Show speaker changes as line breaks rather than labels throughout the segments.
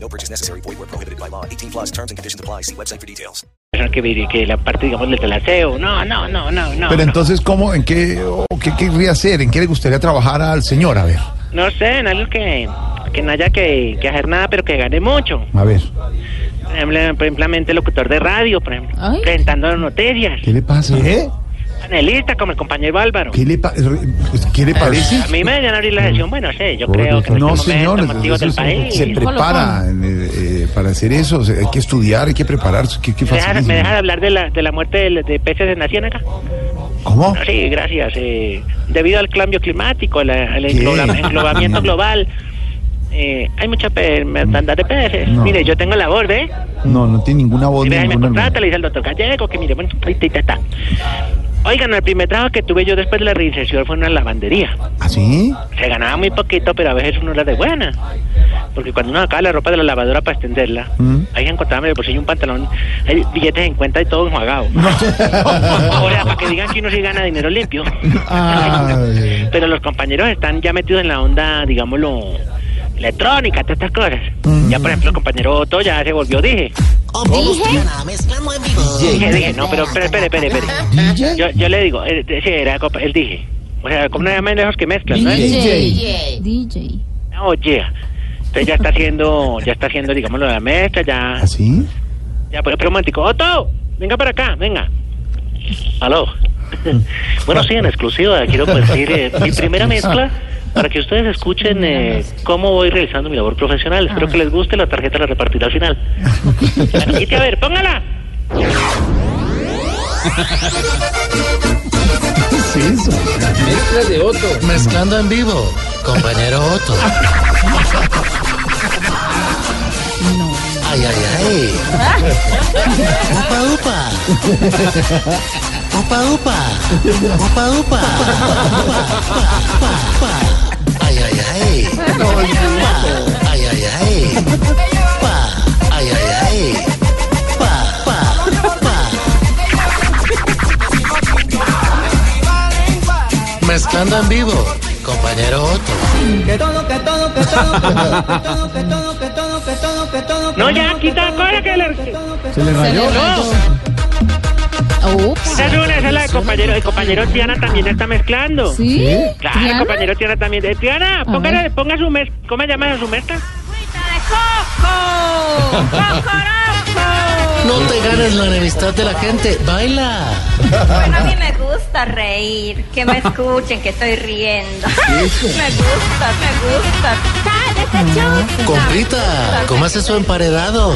No purchase necessary. Void where prohibited by law. 18 plus terms and conditions apply. See website for details.
que, vi- que la parte, digamos, del aseo. No, no, no, no, no.
Pero
no.
entonces, ¿cómo, en qué, o qué querría hacer? ¿En qué le gustaría trabajar al señor? A ver,
No sé, en algo que, que no haya que, que hacer nada, pero que gane mucho.
a ver,
Por ejemplo, por ejemplo, locutor de radio, por ejemplo,
Ay.
presentando noticias.
¿qué le pasa? ¿Qué?
Panelista, como el compañero Álvaro.
¿Qué le, pa- pues, ¿qué le parece?
A mí me deberían abrir la sesión, bueno, sé, yo creo que en
No,
este
señor,
momento,
eso
motivos del
se-
país.
se prepara eh, eh, para hacer eso. se- Hay que estudiar, hay que prepararse. ¿Qué, qué
¿Me dejas,
facilísimo.
me dejas hablar de la, de la muerte de, de peces en la ciénaga?
¿Cómo?
No, sí, gracias. eh, debido al cambio climático, la- al
¿Qué?
engloba- englobamiento
Bien.
global, eh, hay mucha pe- mertandad de peces.
No.
Mire, yo tengo la voz, ¿ve?
No, no tiene ninguna voz.
Y vea, y me
ninguna-
contrata, le dice al doctor Gallego que mire, bueno, ahí está, ahí está, ahí está. Oigan, el primer trabajo que tuve yo después de la reinserción fue en una lavandería.
¿Ah, sí?
Se ganaba muy poquito, pero a veces uno era de buena. Porque cuando uno sacaba la ropa de la lavadora para extenderla,
Mm.
ahí encontraba en el bolsillo un pantalón, hay billetes en cuenta y todo enjuagado.
Ah,
Ahora, para que digan que uno sí gana dinero limpio.
Ay.
Pero los compañeros están ya metidos en la onda, digámoslo, electrónica, todas estas cosas. Ya, por ejemplo, el compañero Otto ya se volvió, dije.
Opiniona, mezclamos en vivo.
Dije, dije, no, pero espere, espere, espere. espere.
¿DJ?
Yo, yo le digo, eh, eh, sí, era copa- él dije. O sea, como no hay más lejos que mezclas, ¿no?
DJ.
DJ.
Oye. Entonces ya está haciendo, ya está haciendo, digámoslo, la mezcla, ya,
¿Ah, sí?
ya, pero es romántico. ¡Otto! Venga para acá, venga. Aló. Bueno, sí, en exclusiva, quiero decir eh, mi primera mezcla para que ustedes escuchen eh, cómo voy realizando mi labor profesional. Espero
Ah.
que les guste, la tarjeta la repartiré al final. Y a ver, póngala.
¿Qué es eso?
Mezclando en vivo, compañero Otto. Ay, ay, ay. Upa, upa. Upa, upa. Upa, upa. Upa, upa, upa, upa. Ay, ay, ay. Upa. Ay, ay, ay. Upa. Ay, ay, ay. Upa, upa, upa. Mezclando en vivo, compañero Otto.
No, ya, quita, cola que le...
¿Se le rayó?
Esa es una, esa es la de compañero. El compañero Tiana también está mezclando.
¿Sí?
Claro, el compañero Tiana también. Eh, Tiana, póngale, ponga su mez... ¿Cómo se llama su mezcla?
No te ganes la enemistad de la gente, baila.
Bueno, a mí me gusta reír, que me escuchen, que estoy riendo. me gusta, me gusta.
Compita, ¿cómo haces su emparedado?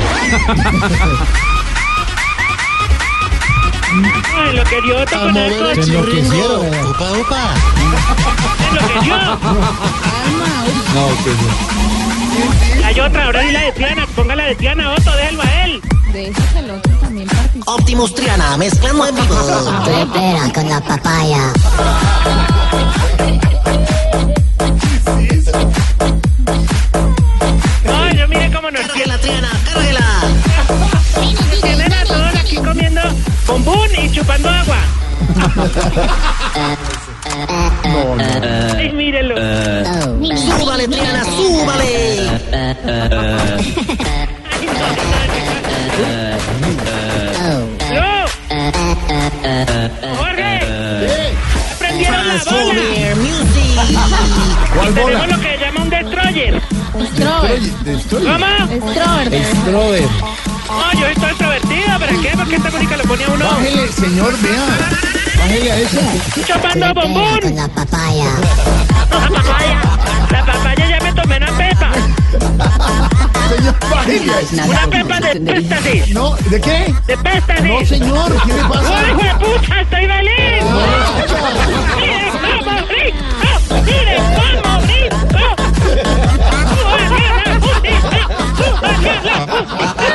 Ay, lo que dio otro
A
con el
mover el
coche.
chirringo. Upa, upa.
Lo que dio.
No, que no.
Hay otra, ahora di la de Tiana. Ponga la de Tiana, Otto, déjalo a él.
Deja que el otro también participe.
Optimus Triana, mezclando en vivo.
Pera con la papaya.
No, yo mire cómo nos
Cárguela, Triana, cárguela.
tienen a todos aquí comiendo bombón y chupando agua. Ay, mírenlo.
Súbale, Triana, súbale.
Ay, no, no, no. ¡No! ¡Jorge! ¡Prendieron la bola!
Transformer Music.
¿Cuál
Tenemos
bola?
lo que se llama un destroyer.
Destroy.
¿Cómo? No, yo estoy extrovertido. ¿Para qué? Porque esta música lo ponía uno
Bájele, señor, vea. Bájele a eso.
chupando
Pera
bombón.
con la papaya.
La papaya. La papaya ya me tomé una pepa.
Señor, bájele a eso.
Una pepa de péstasis.
No, ¿de qué?
De
No,
péstasis.
señor, ¿qué le
¡Oh,
pasa?
hijo de puta! ¡Estoy feliz! ¡Miren cómo rico! ¡Miren cómo rico! ¡Súbale la música! ¡Súbale la música!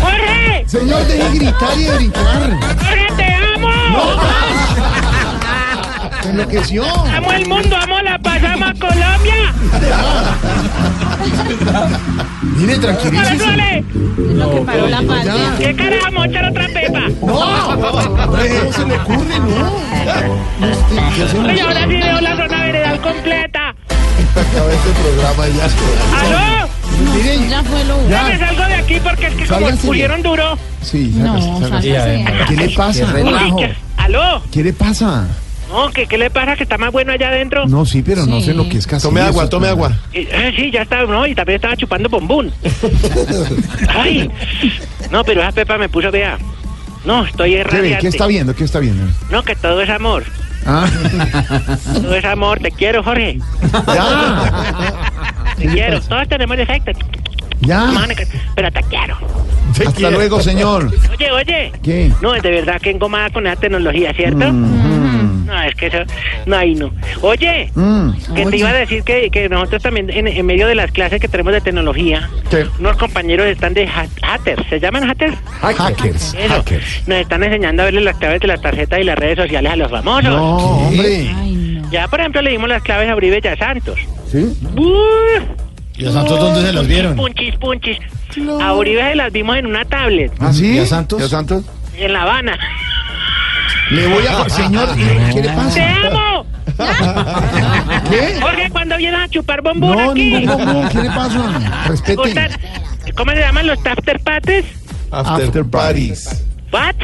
¡Jorge!
Señor, deje gritar y de brincar.
¡Jorge, te amo!
Se enloqueció.
¡Amo el mundo! ¡Amo la paz! ¡Amo a Colombia!
Mire,
¡Hola,
tranquilícese.
suele!
Lo que paró la patria.
Ya.
¿Qué carajo? Vamos a echar otra pepa.
No, hombre, ¿cómo se le ocurre? No. ¿Qué hacemos
Oye, ahora sí veo la zona veredal completa.
acaba este programa ya?
¡Aló!
Mire,
Ya fue lo
Ah.
Ya me salgo de aquí porque es que como
Sálgase.
pusieron duro.
Sí,
No,
sácase, sácase.
sálgase.
pues. ¿Qué le pasa?
Uy, que- ¡Aló!
¿Qué le pasa?
No, ¿qué, ¿qué le pasa? ¿Que está más bueno allá adentro?
No, sí, pero no
Sí.
sé lo que es casi.
Tome agua, tome agua.
Eh, eh, sí, ya está, no, y también estaba chupando bombón. Ay, no, pero esa pepa me puso, vea. No, estoy
¿Qué ve?
irradiante.
¿Qué está viendo? ¿Qué está viendo?
No, que todo es amor.
Ah,
Todo es amor. Te quiero, Jorge.
ya.
Te quiero. Todos tenemos defectos.
Ya.
Mano, que- Pero te quiero.
Hasta luego, señor.
Oye, oye.
¿Qué?
No, de verdad que engomada con esa tecnología, ¿cierto? No, es que eso... No, ahí no. Oye,
Mm.
que te iba a decir que, que nosotros también, en, en medio de las clases que tenemos de tecnología,
¿Qué?
unos compañeros están de ha- hackers. ¿Se llaman hackers?
Hackers.
Eso.
Hackers.
Nos están enseñando a verle las claves de las tarjetas y las redes sociales a los famosos.
No, hombre.
Ay, no.
Ya, por ejemplo, le dimos las claves a Uribe y a Santos.
¿Sí?
¡Buf!
¿Y a Santos dónde se los vieron?
Punchis, punchis. A Uribe se las vimos en una tablet,
¿Ah, sí?
¿Y a Santos?
¿Ya Santos?
en La Habana.
Le voy a... Señor, Ah, ¿qué le
¡Te
pasa?
amo!
¿Qué?
Jorge, cuando vienes a chupar bombón
No,
aquí?
ningún bombón. ¿Qué le pasa?
¿Te
Respeten.
gustan- ¿Cómo se llaman los after pates?
After,
After
Paris.
¿What?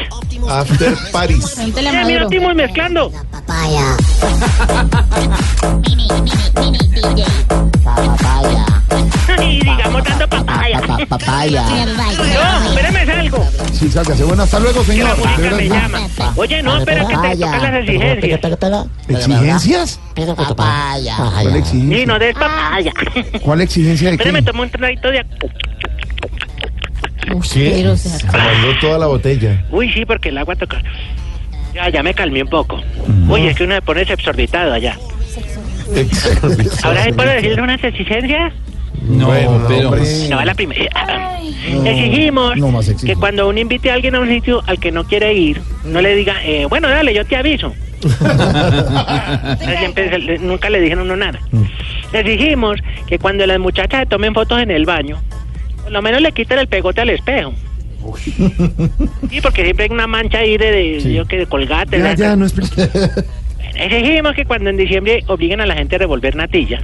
After Paris.
Pregúntele
Ya,
a
mira,
Maduro.
Timo mezclando.
Papaya. Mini, mini, mini DJ.
Papaya.
Y digamos tanto papaya.
Pa- Papaya.
No, espérame, salgo.
Sí, sálgase. Bueno, hasta luego,
Que
señor. De
la música me
verdad,
llama. Oye, no, espera que te tocan las exigencias.
ya. ¿Exigencias?
Papaya.
¿Cuál
Y
exigencia?
no des papaya.
¿Cuál exigencia de
Espérame,
qué?
tomo un traguito de...
Uy, Pero, o sea,
Guardó toda la botella.
Uy, sí, porque el agua toca... Ya, ya me calmé un poco. Uy, es que uno se pone exorbitado allá. ¿Ahora se puede decirle unas exigencias?
No,
Bueno,
pero...
hombre.
No, va la primera. Exigimos
no más exijo.
que cuando uno invite a alguien a un sitio al que no quiere ir, no le diga, eh, bueno, dale, yo te aviso. Siempre se le- nunca le dijeron uno nada.
Mm.
Exigimos que cuando las muchachas se tomen fotos en el baño, por lo menos le quiten el pegote al espejo. Sí, porque siempre hay una mancha ahí de, de- yo que de colgate.
Ya,
¿verdad?
ya, no explique.
Exigimos que cuando en diciembre obliguen a la gente a revolver natilla,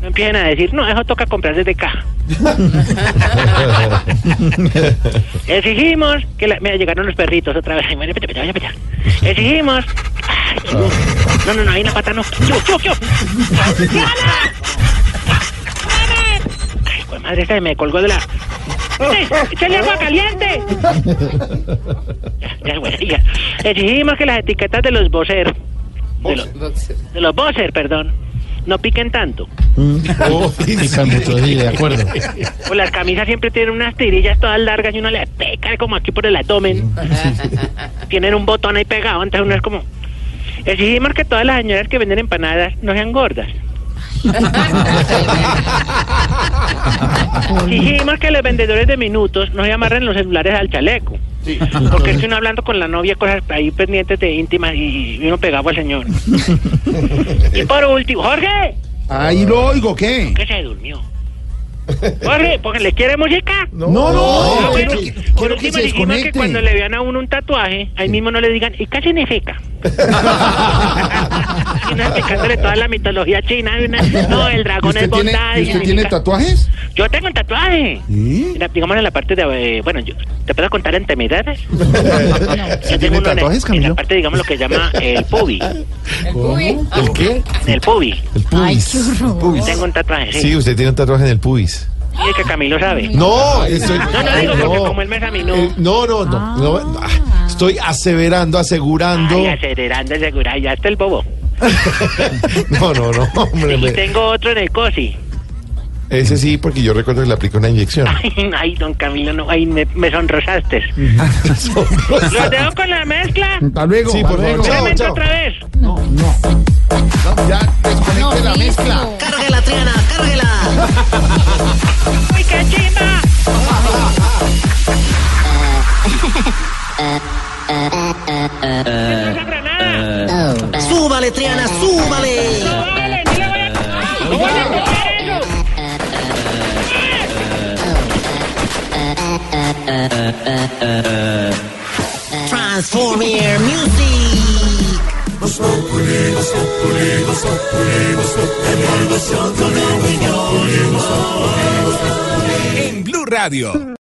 no empiecen a decir, no, eso toca comprar desde caja. Exigimos que la... Mira, llegaron los perritos otra vez. Ay, mira, espera, espera, espera. Exigimos... Ay, No, no, no, ahí la pata no. ¡Yo, yo, yo! ¡Gana! ¡Gana! Ay, pues madre, se me colgó de la... ¡Sí! ¡Échale agua caliente! Ya, ya, güey, ya. Exigimos que las etiquetas de los voceros... De los, de los vocer, perdón. No piquen tanto.
Y Santos, sí, de acuerdo.
O Pues las camisas siempre tienen unas tirillas todas largas y uno le peca como aquí por el abdomen. tienen un botón ahí pegado, entonces uno es como... Exigimos que todas las señoras que venden empanadas no sean gordas. Exigimos que los vendedores de minutos no se amarren los celulares al chaleco. Porque es que uno hablando con la novia, cosas ahí pendientes de íntimas y y uno pegaba al señor. y por último, Jorge,
Ahí lo oigo, ¿qué?
que se durmió. Jorge, porque le quiere música.
No, no,
Ah,
quiero
bueno,
que,
por
quiero que se
último dijimos que
desconecte.
cuando le vean a uno un tatuaje, ahí mismo no le digan, ¿y qué significa? y no explicándole toda la mitología china. y una- no, el dragón
¿Usted
es
tiene,
bondad.
y
y
usted tiene
significa-
tatuajes?
Yo tengo un tatuaje.
¿Sí?
Mira, digamos en la parte de... eh, bueno, yo, ¿te puedo contar intimidades?
¿Usted tiene
uno en el-
tatuajes,
en, la
Camilo?
parte, digamos, lo que llama el pubi.
¿El qué?
El pubi.
El pubis. El pubis.
Tengo un tatuaje, sí.
Sí, usted tiene un tatuaje en el pubis.
Y es que Camilo sabe.
No, estoy-
No, no digo porque como él me examinó.
Eh, no, no, no, no, ah, Estoy aseverando, asegurando.
Ay, acelerando, segura, ya está el bobo.
No, no, no, hombre.
Y
me-
tengo otro en el cosi.
Ese sí, porque yo recuerdo que le aplicó una inyección.
Ay, ay, don Camilo, no, ay, me, me sonrosaste. Los dejo con la mezcla.
Hasta luego.
Sí,
hasta
por favor.
luego.
Chao,
Experimento
chao.
otra vez.
Ya desconecte la mezcla.
Cárguela, Triana, cárguela.
¡Uy, qué chimba!
Eh,
¡No es granada!
¡Súbale, Triana, súbale!
¡No vale! ¡No le voy a... ¡Ay, ¡No voy a tocar eso!
Transformer Music.
En Blue Radio.